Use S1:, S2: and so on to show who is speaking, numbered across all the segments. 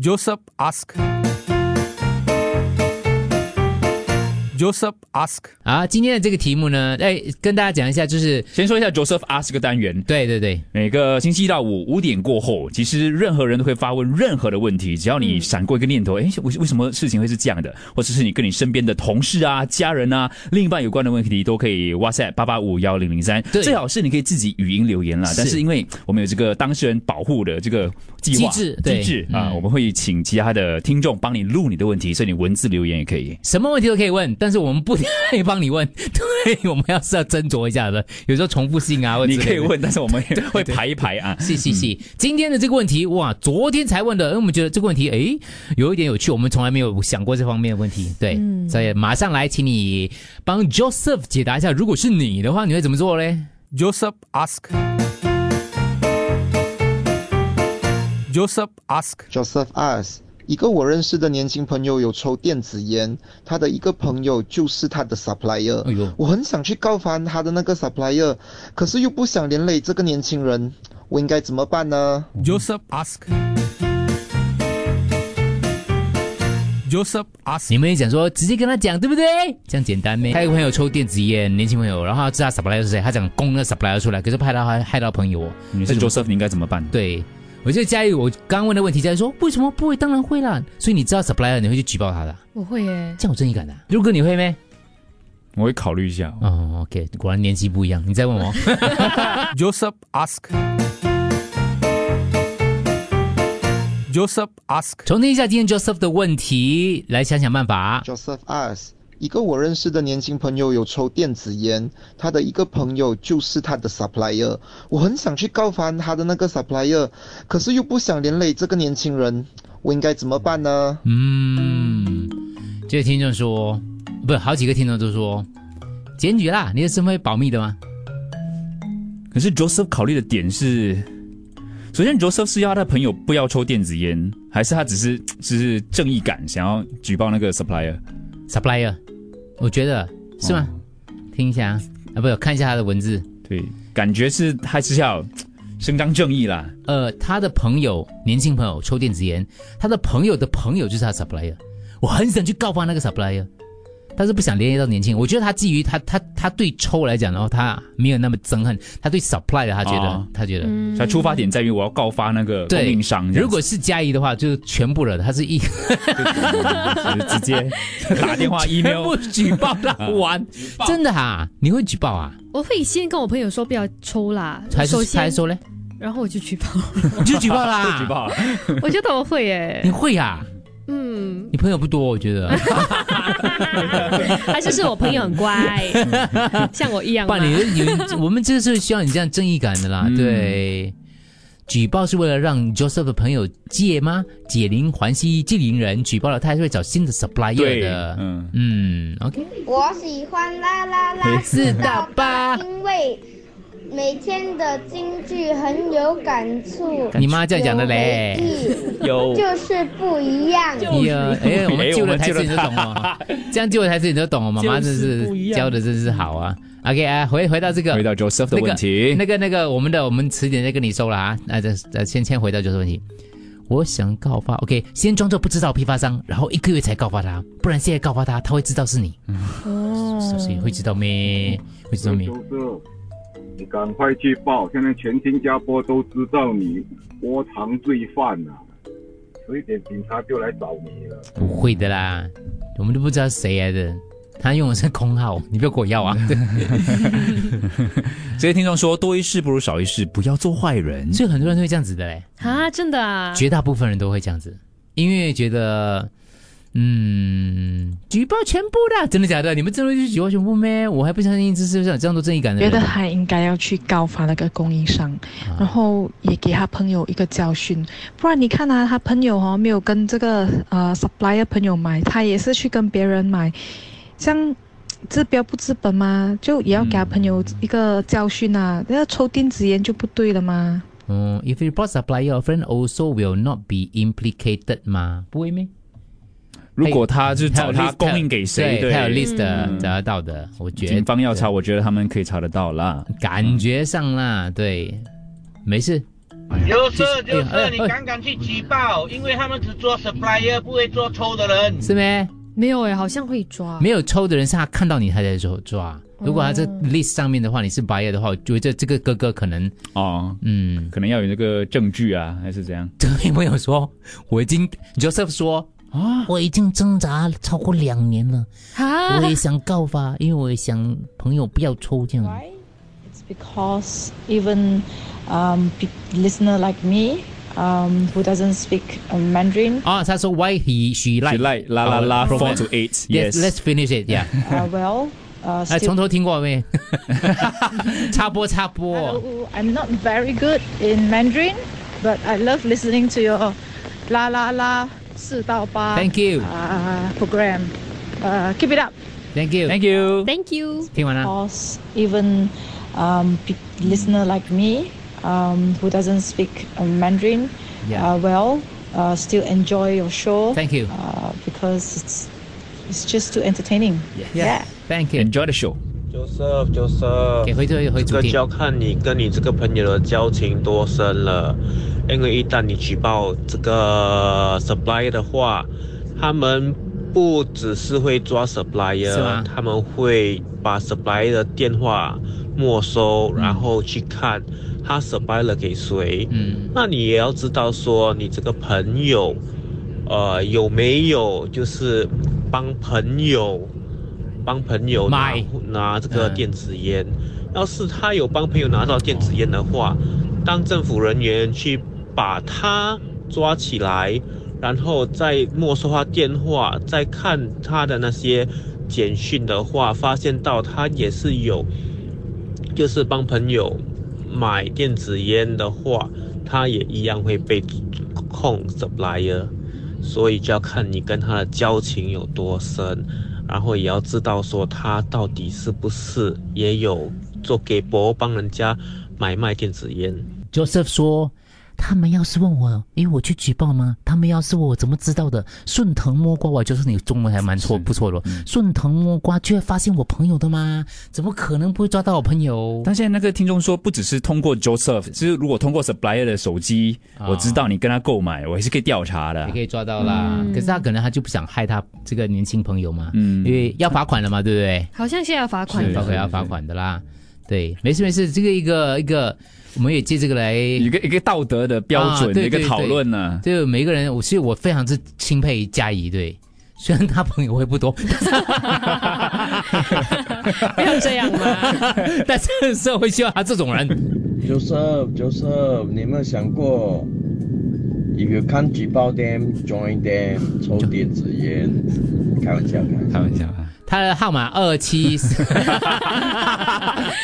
S1: Joseph ask. Joseph ask.
S2: 啊，今天的这个题目呢，哎，跟大家讲一下，就是
S3: 先说一下 Joseph Ask 这个单元，
S2: 对对对，
S3: 每个星期一到五五点过后，其实任何人都会发问任何的问题，只要
S2: 嗯
S3: 你闪过一个念头，哎、为为什么事情会是这样的，或者是你跟你身边的同事啊、家人啊、另一半有关的问题，都可以 WhatsApp 八八五幺零零三，
S2: 对
S3: 最好是你可以自己语音留言啦
S2: 是。
S3: 但是因为我们有这个当事人保护的这个计划
S2: 机制对
S3: 机制啊，
S2: 嗯
S3: 我们会请其他的听众帮你录你的问题，所以你文字留言也可以。
S2: 什么问题都可以问，但是我们不可以帮你问， 对，我们要是要斟酌一下的，有时候重复性啊，或者
S3: 你
S2: 之
S3: 可
S2: 类
S3: 以
S2: 的。
S3: 问，但是我 们也会排一排啊。
S2: 是是是，今天的这个问题哇，昨天才问的，因为我们觉得这个问题诶有一点有趣，我们从来没有想过这方面的问题，对，所以马上来，请你帮 Joseph 解答一下，如果是你的话，你会怎么做嘞？
S1: Joseph ask. Joseph ask.
S4: Joseph S，一个我认识的年轻朋友有抽电子烟，他的一个朋友就是他的 supplier。
S2: 哎呦
S4: 我很想去告翻他的那个 supplier，可是又不想连累这个年轻人，我应该怎么办呢？
S1: Joseph ask. Joseph ask.
S2: 你们也讲说直接跟他讲，对不对？这样简单呗。还有个朋友抽电子烟，年轻朋友，然后他知道 supplier 是谁，他想供那 supplier 出来，可是怕他害害到朋友哦。
S3: 你是 Joseph，你应该怎么办？
S2: 对，我觉得佳玉，我刚问的问题，佳玉说为什么不会？当然会啦。所以你知道 supplier，你会去举报他的啊，
S5: 我会耶，
S2: 这样有正义感的啊。如果你会咩？
S3: 我会考虑一下。
S2: 哦，OK，果然年纪不一样。你再问我，
S1: Joseph ask. Joseph ask.
S2: 重听一下今天 Joseph 的问题，来想想办法。
S4: Joseph S，一个我认识的年轻朋友有抽电子烟，他的一个朋友就是他的 supplier。我很想去告翻他的那个 supplier，可是又不想连累这个年轻人，我应该怎么办呢？
S2: 嗯，这个听众说，不，好几个听众都说，检举啦，你的身份会保密的吗？
S3: 可是 Joseph 考虑的点是，首先 Joseph 是要他的朋友不要抽电子烟，还是他只是只是正义感想要举报那个 supplier？
S2: supplier，我觉得是吗？
S3: 哦
S2: 听一下啊，啊，不，看一下他的文字。
S3: 对，感觉是还是要伸张正义啦。
S2: 呃，他的朋友，年轻朋友抽电子烟，他的朋友的朋友就是他 supplier。我很想去告发那个 supplier，但是不想连累到年轻人。我觉得他基于他他他对抽来讲的话，他没有那么憎恨，他对 supplier 他觉得、
S3: 哦
S2: 他觉得。
S5: 嗯
S3: 他出发点在于我要告发那个供
S2: 嗯对
S3: 应商，这样
S2: 如果是嘉怡的话，就是全部了。他是一
S3: 子就是直 接打电话
S2: 全
S3: email 啊
S2: 部举报 他完， 真的哈、你会举报啊？
S5: 我会先跟我朋友说不要抽啦，
S2: 还
S5: 首
S2: 是还
S5: 先
S2: 是，说嘞？
S5: 然后我就举报。
S2: 你就举报啦、
S3: 举，报了，
S5: 我觉得我会耶
S2: 你，会啊？
S5: 嗯，
S2: 你朋友不多，我觉得。
S5: 还是是我朋友很 乖，像我一样嘛。
S2: 爸，你有我们这是需要你这样正义感的啦，
S3: 嗯
S2: 对。举报是为了让 Joseph 的朋友戒吗？解铃还须系铃人，举报了他还是会找新的 supplier
S3: 对，
S2: 的。
S3: 嗯，
S2: 嗯，OK，
S6: 我喜欢啦啦啦
S2: 四到八
S6: 因为每天的京剧很有感触，
S2: 你妈这样讲的
S6: 有
S2: 嘞。
S6: 回
S3: 有
S6: 忆就是不一样。
S2: 哎呀，哎， 我们
S3: 哎
S2: 救
S3: 我
S2: 了
S3: 们
S2: 台
S3: 救
S2: 词
S3: 了
S2: 你就
S3: 他
S2: 懂了，这样救了台词你就懂 了。妈妈真
S3: 就是
S2: 是
S3: 不一样
S2: 教的真是好啊。OK 啊，回回到这个
S3: 回到 Joseph 的问题，
S2: 那个那个，我们的我们迟点再跟你收了啊。那这呃，先先回到就是问题，我想告发，OK，先装作不知道批发商，然后一个月才告发他，不然现在告发他，他会知道是你，
S5: 哦
S2: 是不是会知道咩？会知道咩？
S7: 就是，你赶快去报，现在全新加坡都知道你窝藏罪犯了、迟一点警察就来找你了。
S2: 不会的啦，我们都不知道谁来的，他用的是空号， 你不要给我要啊。
S3: 嗯
S2: 对
S3: 这些听众说多一事不如少一事，不要做坏人。
S2: 所以很多人都会这样子的嘞，
S5: 啊，真的啊，
S2: 绝大部分人都会这样子，因为觉得。嗯，举报全部的，真的假的？你们真的会去举报全部咩？我还不相信这世界上有这样多正义感的
S8: 觉
S2: 人。
S8: 得他应该要去告发那个供应商，然后也给他朋友一个教训，不然你看啊，他朋友哦没有跟这个呃 supplier 朋友买，他也是去跟别人买，这样治标不治本嘛，就也要给他朋友一个教训啊，那、抽电子烟就不对了嘛。
S2: 嗯，if you report supply, your friend also will not be implicated 吗？不会咩？
S3: 如果他就找
S2: 有
S3: 他
S2: list-
S3: 供应给谁，
S2: 对，他有
S3: 对，
S2: list 的
S8: 嗯
S2: 找得到的，我觉
S3: 警
S2: 得
S3: 方要查，我觉得他们可以查得到啦。
S2: 嗯感觉上啦，对，没事，
S1: 有事就
S2: 哎呀
S1: 是你
S2: 哎呀
S1: 敢敢去举报，因为他们只做 supplier，不会做抽的人。
S2: 是没？
S5: 没有哎，好像会抓。
S2: 没有抽的人是他看到你他才抓抓。如果他这 list 上面的话，你是 buyer 的话，我觉得这个哥哥可能，
S3: 哦，
S2: 嗯，
S3: 可能要有那个证据啊，还是怎样？
S2: 这位朋友说，我已经 Joseph 说啊，我已经挣扎超过两年了，
S5: 啊
S2: 我，也想告发，因为我也想朋友不要抽这样。
S8: Why? It's because even um, pe- listener like me, um, who doesn't speak uh, Mandarin,
S2: 啊，他说 Why he she like
S3: She like la la la
S2: Our
S3: four
S2: program.
S3: to eight.
S2: Yes, let's
S3: Yes.
S2: finish it. Yeah，
S8: uh, well, uh,
S2: 哎，从
S8: still,
S2: 头听过没？ 插播插播，
S8: Hello, I'm not very good in Mandarin, but I love listening to your la la la 四到八
S2: Thank you.
S8: uh, program. Uh, keep it up.
S2: Thank you，
S3: Thank you.
S5: Thank you。
S2: 听完了。
S8: Because even um, pe- listener like me, um, who doesn't speak uh, Mandarin,
S2: Yeah.
S8: uh, well, uh, still enjoy your
S3: 哦
S8: show.
S2: Thank you.
S8: Uh, because it's it's just too entertaining.
S2: Yeah. Thank you。
S3: Enjoy the show.
S1: Joseph Joseph，
S2: 给回推回
S1: 这
S2: 主
S1: 个
S2: 题
S1: 就。要看你跟你这个朋友的交情多深了，因为一旦你举报这个 supplier 的话，他们不只是会抓
S3: 啊
S2: 是吗
S1: supplier，他们会把 supplier 的电话没收，然后去看他 supplier 给谁。
S2: 嗯
S1: 那你也要知道说，你这个朋友，呃，有没有就是帮朋友帮朋友拿
S2: 买
S1: 拿这个
S2: 嗯
S1: 电子烟？要是他有帮朋友拿到电子烟的话，当政府人员去把他抓起来，然后再没收他电话，再看他的那些简讯的话，发现到他也是有，就是帮朋友买电子烟的话，他也一样会被控 supplier，所以就要看你跟他的交情有多深，然后也要知道说他到底是不是也有做给博帮人家买卖电子烟。
S2: Joseph 说，他们要是问我，因为我去举报吗？他们要是问我怎么知道的，顺藤摸瓜，我就是你中文还蛮错
S3: 是
S2: 不错的哦，
S3: 嗯
S2: 顺藤摸瓜就会发现我朋友的吗？怎么可能不会抓到我朋友？
S3: 但现在那个听众说，不只是通过 Joseph，就是如果通过 supplier 的手机，
S2: 啊
S3: 我知道你跟他购买，我还是可以调查的
S2: 也可。以抓到啦，可是他可能他就不想害他这个年轻朋友嘛，
S3: 嗯
S2: 因为要罚款了嘛，对不对？
S5: 好像现在要罚款
S3: 是
S2: 罚
S5: 的，
S2: 款要罚款的啦，对，没事没事，这个一个一个，我们也借这个来
S3: 一个一个道德的标
S2: 啊
S3: 准的
S2: 对
S3: 一个
S2: 对
S3: 讨
S2: 对
S3: 论啊呢。
S2: 就每个人，我其实我非常之钦佩嘉怡，对， 虽然他朋友会 不多，
S5: 不要这样嘛。
S2: 但是社会需要他这种人。
S1: Joseph Joseph，你有没有想过，if you can't 举报 them，join them，抽电子烟？开玩笑，开玩笑。
S3: 开玩笑啊，
S2: 他的号码二七，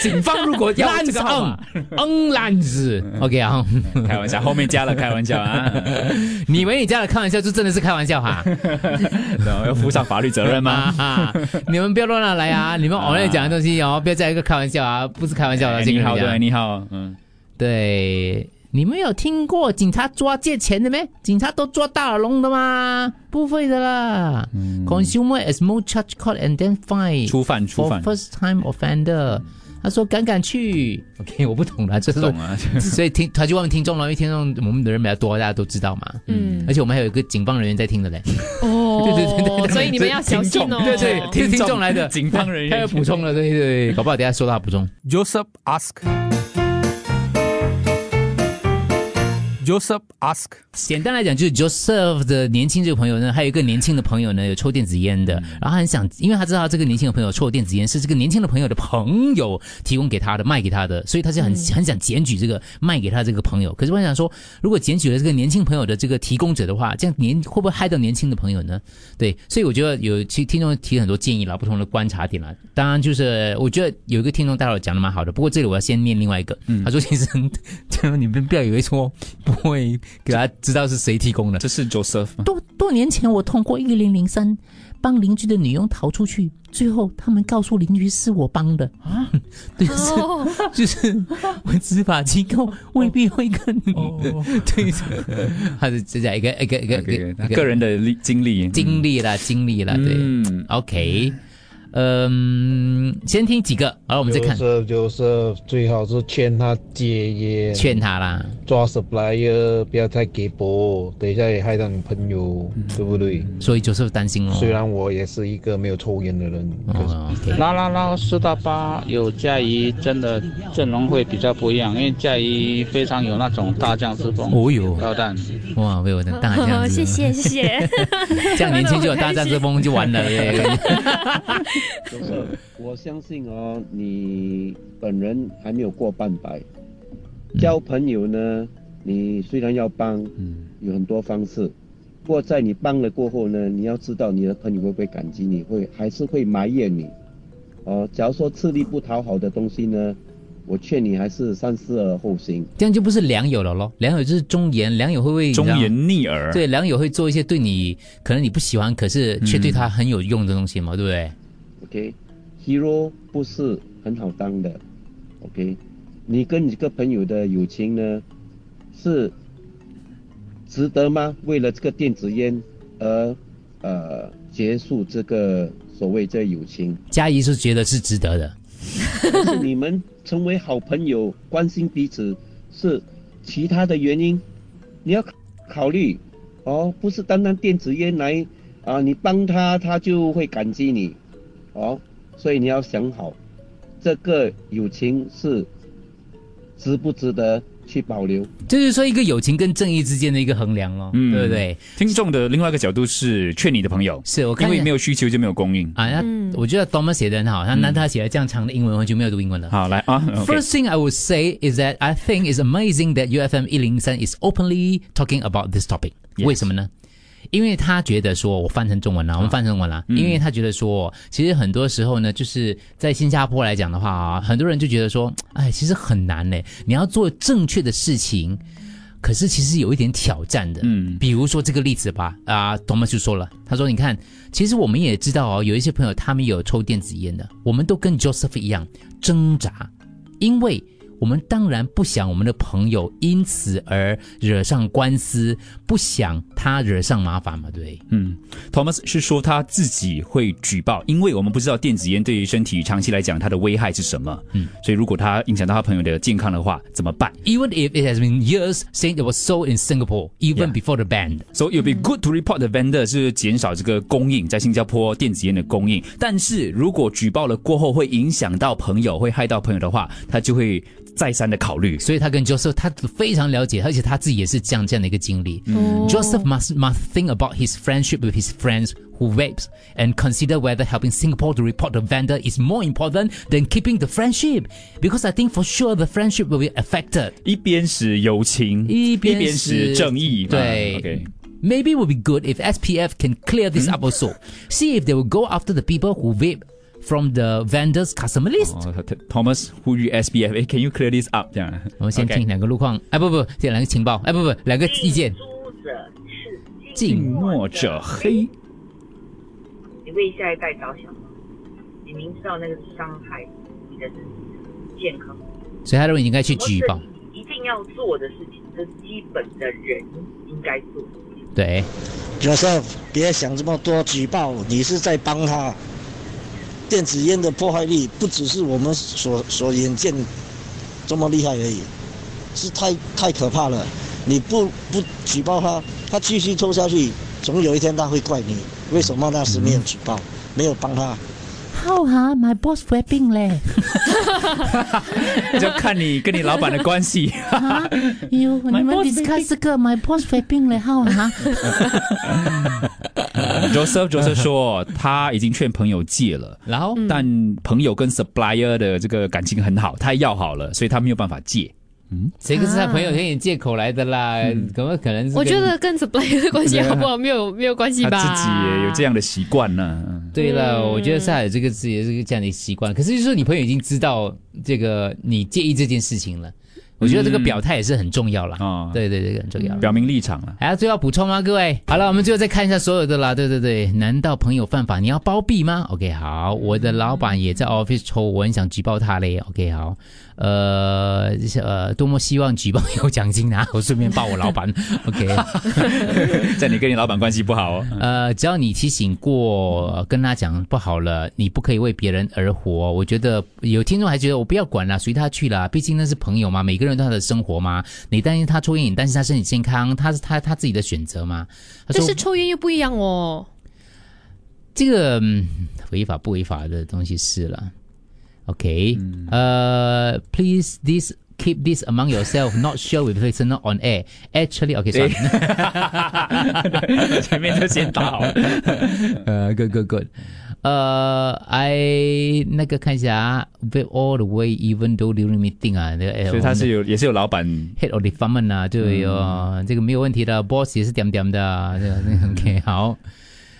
S3: 警方如果要这个号码，
S2: 嗯嗯烂子，OK 啊，
S3: 开玩笑，后面加了开玩笑啊，
S2: 你以为你家的开玩笑就真的是开玩笑哈？
S3: 然后要负上法律责任
S2: 啊
S3: 吗？
S2: 哈，你们不要乱乱来啊！你们偶尔讲的东西哦，不要再一个开玩笑啊，不是开玩笑的，
S3: 哎
S2: 先
S3: 你
S2: 跟
S3: 好，
S2: 你
S3: 对，
S2: 讲。
S3: 你好，嗯，
S2: 对，你们有听过警察抓借钱的没？警察都抓大耳聋的吗？不会的啦。Consumer
S3: 嗯
S2: is more charge caught and then fine
S3: 初犯，初
S2: for
S3: 犯，
S2: first time offender。他说敢敢去，OK，我不 懂啦，就是
S3: 懂啊，
S2: 所以听他就问听众了，因为听众我们的人比较多，大家都知道嘛。
S5: 嗯，
S2: 而且我们还有一个警方人员在听的嘞，
S5: 哦，
S2: 对对对对对
S5: 所以你们要小心哦。
S2: 对对，听听众来的，
S3: 警方 人
S2: 他
S3: 员
S2: 要补充了，对对对，搞不好等一下收到他补充。
S9: Joseph ask. Joseph ask.
S3: 啊
S2: 简单来讲，就是 Joseph 的年轻这个朋友呢，还有一个年轻的朋友呢，有抽电子烟的，然后他很想，因为他知道这个年轻的朋友抽电子烟是这个年轻的朋友的朋友提供给他的，卖给他的，所以他就很、很想检举这个卖给他这个朋友。可是我想说，如果检举了这个年轻朋友的这个提供者的话，这样年会不会害到年轻的朋友呢？对，所以我觉得有其实听众提很多建议啦，不同的观察点啦。当然，就是我觉得有一个听众待会儿讲的蛮好的，不过这里我要先念另外一个，他说其实 你们不要以为说不会给他知道是谁提供的。
S3: 这是 Joseph 吗？
S2: 多多年前，我通过一零零三帮邻居的女佣逃出去，最后他们告诉邻居是我帮的啊， 对，就是、
S5: 哦，
S2: 就是我执法机构未必会跟你， 对，他是这样一个啊一个一个一
S3: 对对对
S2: 个
S3: 他个人的历经历，
S2: 啊经历了经历了，对。
S3: 嗯，
S2: OK，嗯，先听几个，好，我们再看，
S10: 就是就是最好是劝他戒烟，
S2: 劝他啦，
S10: 抓 supplier 不要太给薄，等一下也害到你朋友，对不对？
S2: 所以就是担心哦。
S10: 虽然我也是一个没有抽烟的人，
S2: 嗯
S11: 啦啦啦，四大八有嘉怡，真的阵容会比较不一样，因为嘉怡非常有那种大将之风。
S2: 哦哟
S11: 高蛋，
S2: 哇，为我的大这样子，
S5: 谢谢谢谢，
S2: 这样年轻就有大战 之风就完了耶。
S4: 就是我相信哦，你本人还没有过半百，交朋友呢，你虽然要帮，有很多方式，不过在你帮了过后呢，你要知道你的朋友会不会感激你，会还是会埋怨你。哦，假如说吃力不讨好的东西呢，我劝你还是三思而后行。
S2: 这样就不是良友了咯，良友就是忠言，良友会不会
S3: 忠言
S2: 逆
S3: 耳
S2: 对，良友会做一些对你可能你不喜欢，可是却对他很有用的东西
S3: 嗯
S2: 嘛，对不对？
S4: OK，hero 不是很好当的。OK，你跟你这个朋友的友情呢，是值得吗？为了这个电子烟而呃结束这个所谓这友情，
S2: 嘉怡是觉得是值得的，
S4: 但是你们成为好朋友，关心彼此是其他的原因，你要考虑哦，不是单单电子烟来啊，你帮他他就会感激你哦，所以你要想好，这个友情是值不值得去保留。
S2: 这就是说一个友情跟正义之间的一个衡量咯，
S3: 嗯
S2: 对不对？？
S3: 听众的另外一个角度是劝你的朋友，
S2: 是我看
S3: 因为
S2: 见
S3: 没有需求就没有供应。
S2: 啊，那
S5: 嗯
S2: 我觉得 Thomas 写的很
S3: 嗯
S2: 好，那那他写了这样长的英文，我就没有读英文了。
S3: 好，来啊，OK
S2: First thing I would say is that I think it's amazing that UFM 一零三 is openly talking about this topic。为什么呢？因为他觉得说，我翻成中文了，我们翻成中文了。
S7: 嗯
S2: 因为他觉得说，其实很多时候呢，就是在新加坡来讲的话啊，很多人就觉得说，哎，其实很难呢。你要做正确的事情，可是其实有一点挑战的。嗯，比如说这个例子吧，啊、t h o m a s 就说了，他说：“你看，其实我们也知道哦，有一些朋友他们有抽电子烟的，我们都跟 Joseph 一样挣扎，因为我们当然不想我们的朋友因此而惹上官司，不想他惹上麻烦嘛，对不对？
S3: 嗯，Thomas 是说他自己会举报，因为我们不知道电子烟对于身体长期来讲它的危害是什么。嗯，所以如果他影响到他朋友的健康的话，怎么办？
S2: Even if it has been years since it was sold in Singapore, even before the ban.
S3: So it would be good to report the vendor 是减少这个供应，在新加坡电子烟的供应。但是如果举报了过后会影响到朋友，会害到朋友的话，他就会再三的考虑。
S2: 所以他跟 Joseph 他非常了解，而且他自己也是这样这样的一个经历。
S3: 嗯
S2: Joseph must must think about his friendship with his friends who vapes and consider whether helping Singapore to report the vendor is more important than keeping the friendship because I think for sure the friendship will be affected.
S3: 一边是友情，
S2: 一边
S3: 边是
S2: 是
S3: 正义。
S2: 对
S3: 啊，OK。Hmm？
S2: Maybe it would be good if SPF can clear this up also. See if they will go after the people who vape from the vendors customer
S3: Oh.
S2: list.
S3: Thomas 呼吁 SBFA Can 哦 you clear this up？这样，
S2: 我们 Oh, 先
S3: OK
S2: 听两个路况，哎不不，这两个情报，哎不不，两个意见。
S3: 近墨者黑，
S12: 你为下一代着想，你明知道那个是伤害你的身体健康，
S2: 所以他认为你应该去举报。
S12: 一定要做的事情，这是基本的人应该做的。
S2: 对
S13: Joseph，别想这么多，举报你是在帮他。电子烟的破坏力不只是我们所所眼见这么厉害而已，是太太可怕了。你不不举报他，他继续抽下去，总有一天他会怪你，为什么那时没有举报，没有帮他？
S2: 浩哈，my boss 发病嘞。
S3: 就看你跟你老板的关系。
S2: 哟，你们 discuss 这个，my boss 发病了， 浩哈。
S3: Joseph Joseph 说他已经劝朋友戒了，
S2: 然后
S3: 但朋友跟 supplier 的这个感情很好，太要好了，所以他没有办法戒。嗯，
S2: 这个是他朋友给你借口来的啦，怎么可能是跟？
S5: 我觉得跟 supply 的关系
S2: 啊
S5: 好不好没有没有关系
S3: 他
S5: 吧？
S3: 自己也有这样的习惯呢。
S2: 对了，
S5: 嗯
S2: 我觉得上海这个自己是这样的习惯。可是就是你朋友已经知道这个你介意这件事情了，我觉得这个表态也是很重要啦。
S3: 啊，
S2: 对对，这个很重要。
S3: 表明立场啊了。
S2: 还哎有最后补充吗，各位？好了，我们最后再看一下所有的啦。对对对，难道朋友犯法你要包庇吗？OK，好，我的老板也在 office 抽，我很想举报他嘞。OK，好，呃呃多么希望举报有奖金拿， 我顺便报我老板，OK。
S3: 在你跟你老板关系不好、哦，
S2: 呃，只要你提醒过，呃跟他讲不好了，你不可以为别人而活。我觉得有听众还觉得我不要管了，随他去了，毕竟那是朋友嘛，每个人都有他的生活嘛。你担心他抽烟，你担心他身体健康，他是他他自己的选择嘛。他
S5: 但
S2: 说
S5: 是抽烟又不一样哦。
S2: 这个、嗯违法不违法的东西是了。OK，呃、p l e a s e this keep this among yourself, not share with listener on air. Actually, OK，算 了。
S3: 前面就先打好了。
S2: 呃，good good good，呃，I 那个看一下啊，wait all the way even though during meeting 啊，那个
S3: 所以他是有也是有老板
S2: head of department 啊，就有、这个没有问题的，boss 也是点点的啊，这个这 个 OK 好。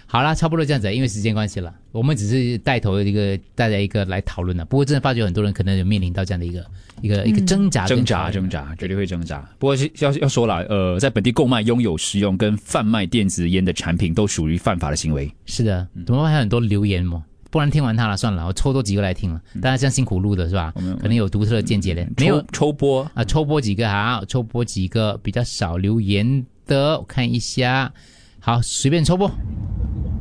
S2: 好啦，差不多这样子，因为时间关系了，我们只是带头一个大家一个来讨论的。不过真的发觉很多人可能有面临到这样的一个一个一个嗯挣扎跟讨
S3: 挣扎、
S2: 论
S3: 挣扎，绝对会挣扎。不过是要要说了，呃，在本地购卖、拥有、使用跟贩卖电子烟的产品都属于犯法的行为。
S2: 是的，怎么会还有很多留言嘛？不然听完它了算了，我抽多几个来听了。大家这样辛苦录的是吧？可嗯能有独特的见解的，没有
S3: 抽播
S2: 啊，抽播几个好，抽播几个比较少留言的，我看一下。好，随便抽播。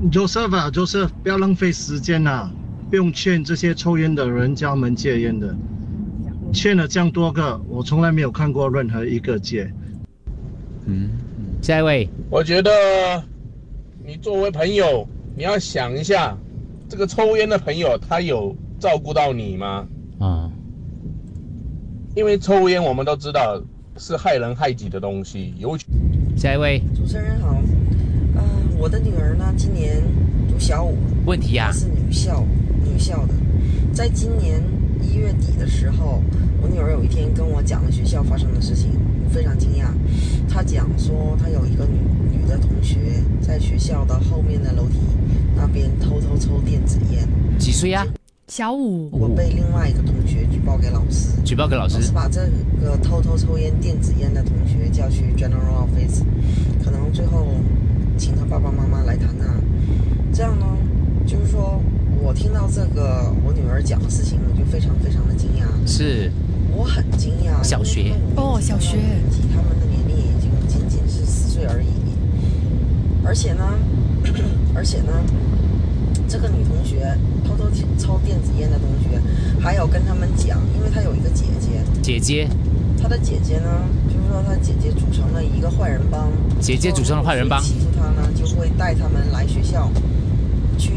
S7: Joseph 啊，Joseph，不要浪费时间啦、啊不用劝这些抽烟的人叫他们戒烟的。劝了这样多个，我从来没有看过任何一个戒。
S2: 下一位，
S1: 我觉得你作为朋友，你要想一下，这个抽烟的朋友他有照顾到你吗？
S2: 啊，
S1: 因为抽烟我们都知道是害人害己的东西，尤其
S2: 下一位
S8: 主持人好，呃，我的女儿呢，今年读小五，
S2: 问题啊呀、
S8: 她是女校女校的，在今年一月底的时候，我女儿有一天跟我讲了学校发生的事情，我非常惊讶。她讲说，她有一个女女的同学在学校的后面的楼梯那边偷偷抽电子烟，
S2: 几岁啊呀、
S8: 小五，我被另外一个同学举报给老师。
S2: 举报给老师
S8: 老师把这个偷偷抽烟、电子烟的同学叫去 General Office，可能最后请他爸爸妈妈来谈谈。这样呢，就是说我听到这个我女儿讲的事情，我就非常非常的惊讶。
S2: 是
S8: 我很惊讶。
S2: 小学
S8: 哦，小学，他们的年龄也就仅仅是四岁而已。而且呢，而且呢，这个女同学偷偷抽电子烟的同学，还有跟他们讲，因为她有一个姐姐，
S2: 姐姐，
S8: 她的姐姐呢，就是说她姐姐组成了一个坏人帮，
S2: 姐姐组成了坏人帮
S8: 欺负她呢，就会带他们来学校去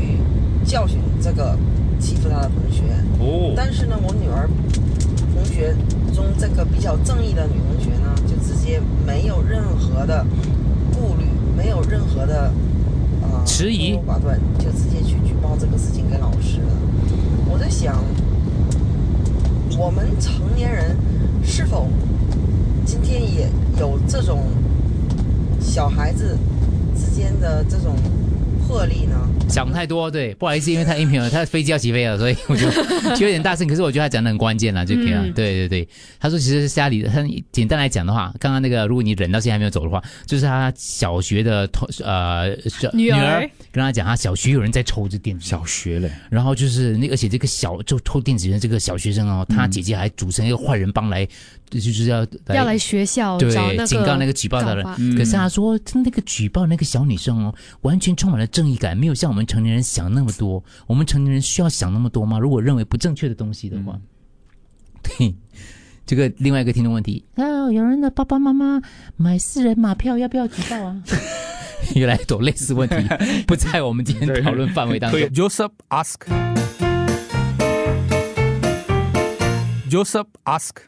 S8: 教训这个欺负她的同学。
S3: 哦
S8: 但是呢，我女儿同学中这个比较正义的女同学呢，就直接没有任何的顾虑，没有任何的呃
S2: 迟疑
S8: 优柔寡断，就直接去举报这个事情给老师了。我在想，我们成年人是否今天也有这种小孩子之间的这种魄力呢？
S2: 想太多，对，不好意思，因为他音频了，他飞机要起飞了，所以我就就有点大声。可是我觉得他讲的很关键了，就可以了。
S3: 嗯
S2: 对对对，他说其实家里，他简单来讲的话，刚刚那个，如果你忍到现在还没有走的话，就是他小学的同呃小
S3: 女儿
S2: 跟他讲，他小学有人在抽这电子，小
S3: 学嘞，
S2: 然后就是那而且这个小就抽电子烟这个小学生哦，他姐姐还组成一个坏人帮来，就是要
S5: 要来学校
S2: 对
S5: 找那个
S2: 警告那个举报的人
S5: 告发。
S2: 可是他说，那个举报那个小女生哦，完全充满了正义感，没有像我们成年人想那么多。我们成年人需要想那么多吗？如果认为不正确的东西的话，对这个另外一个听众问题， 啊，有人的爸爸妈妈买私人马票要不要举报 啊？原来有类似问题，不在我们今天讨论范围当中。
S3: तो
S14: Joseph ask. Joseph ask.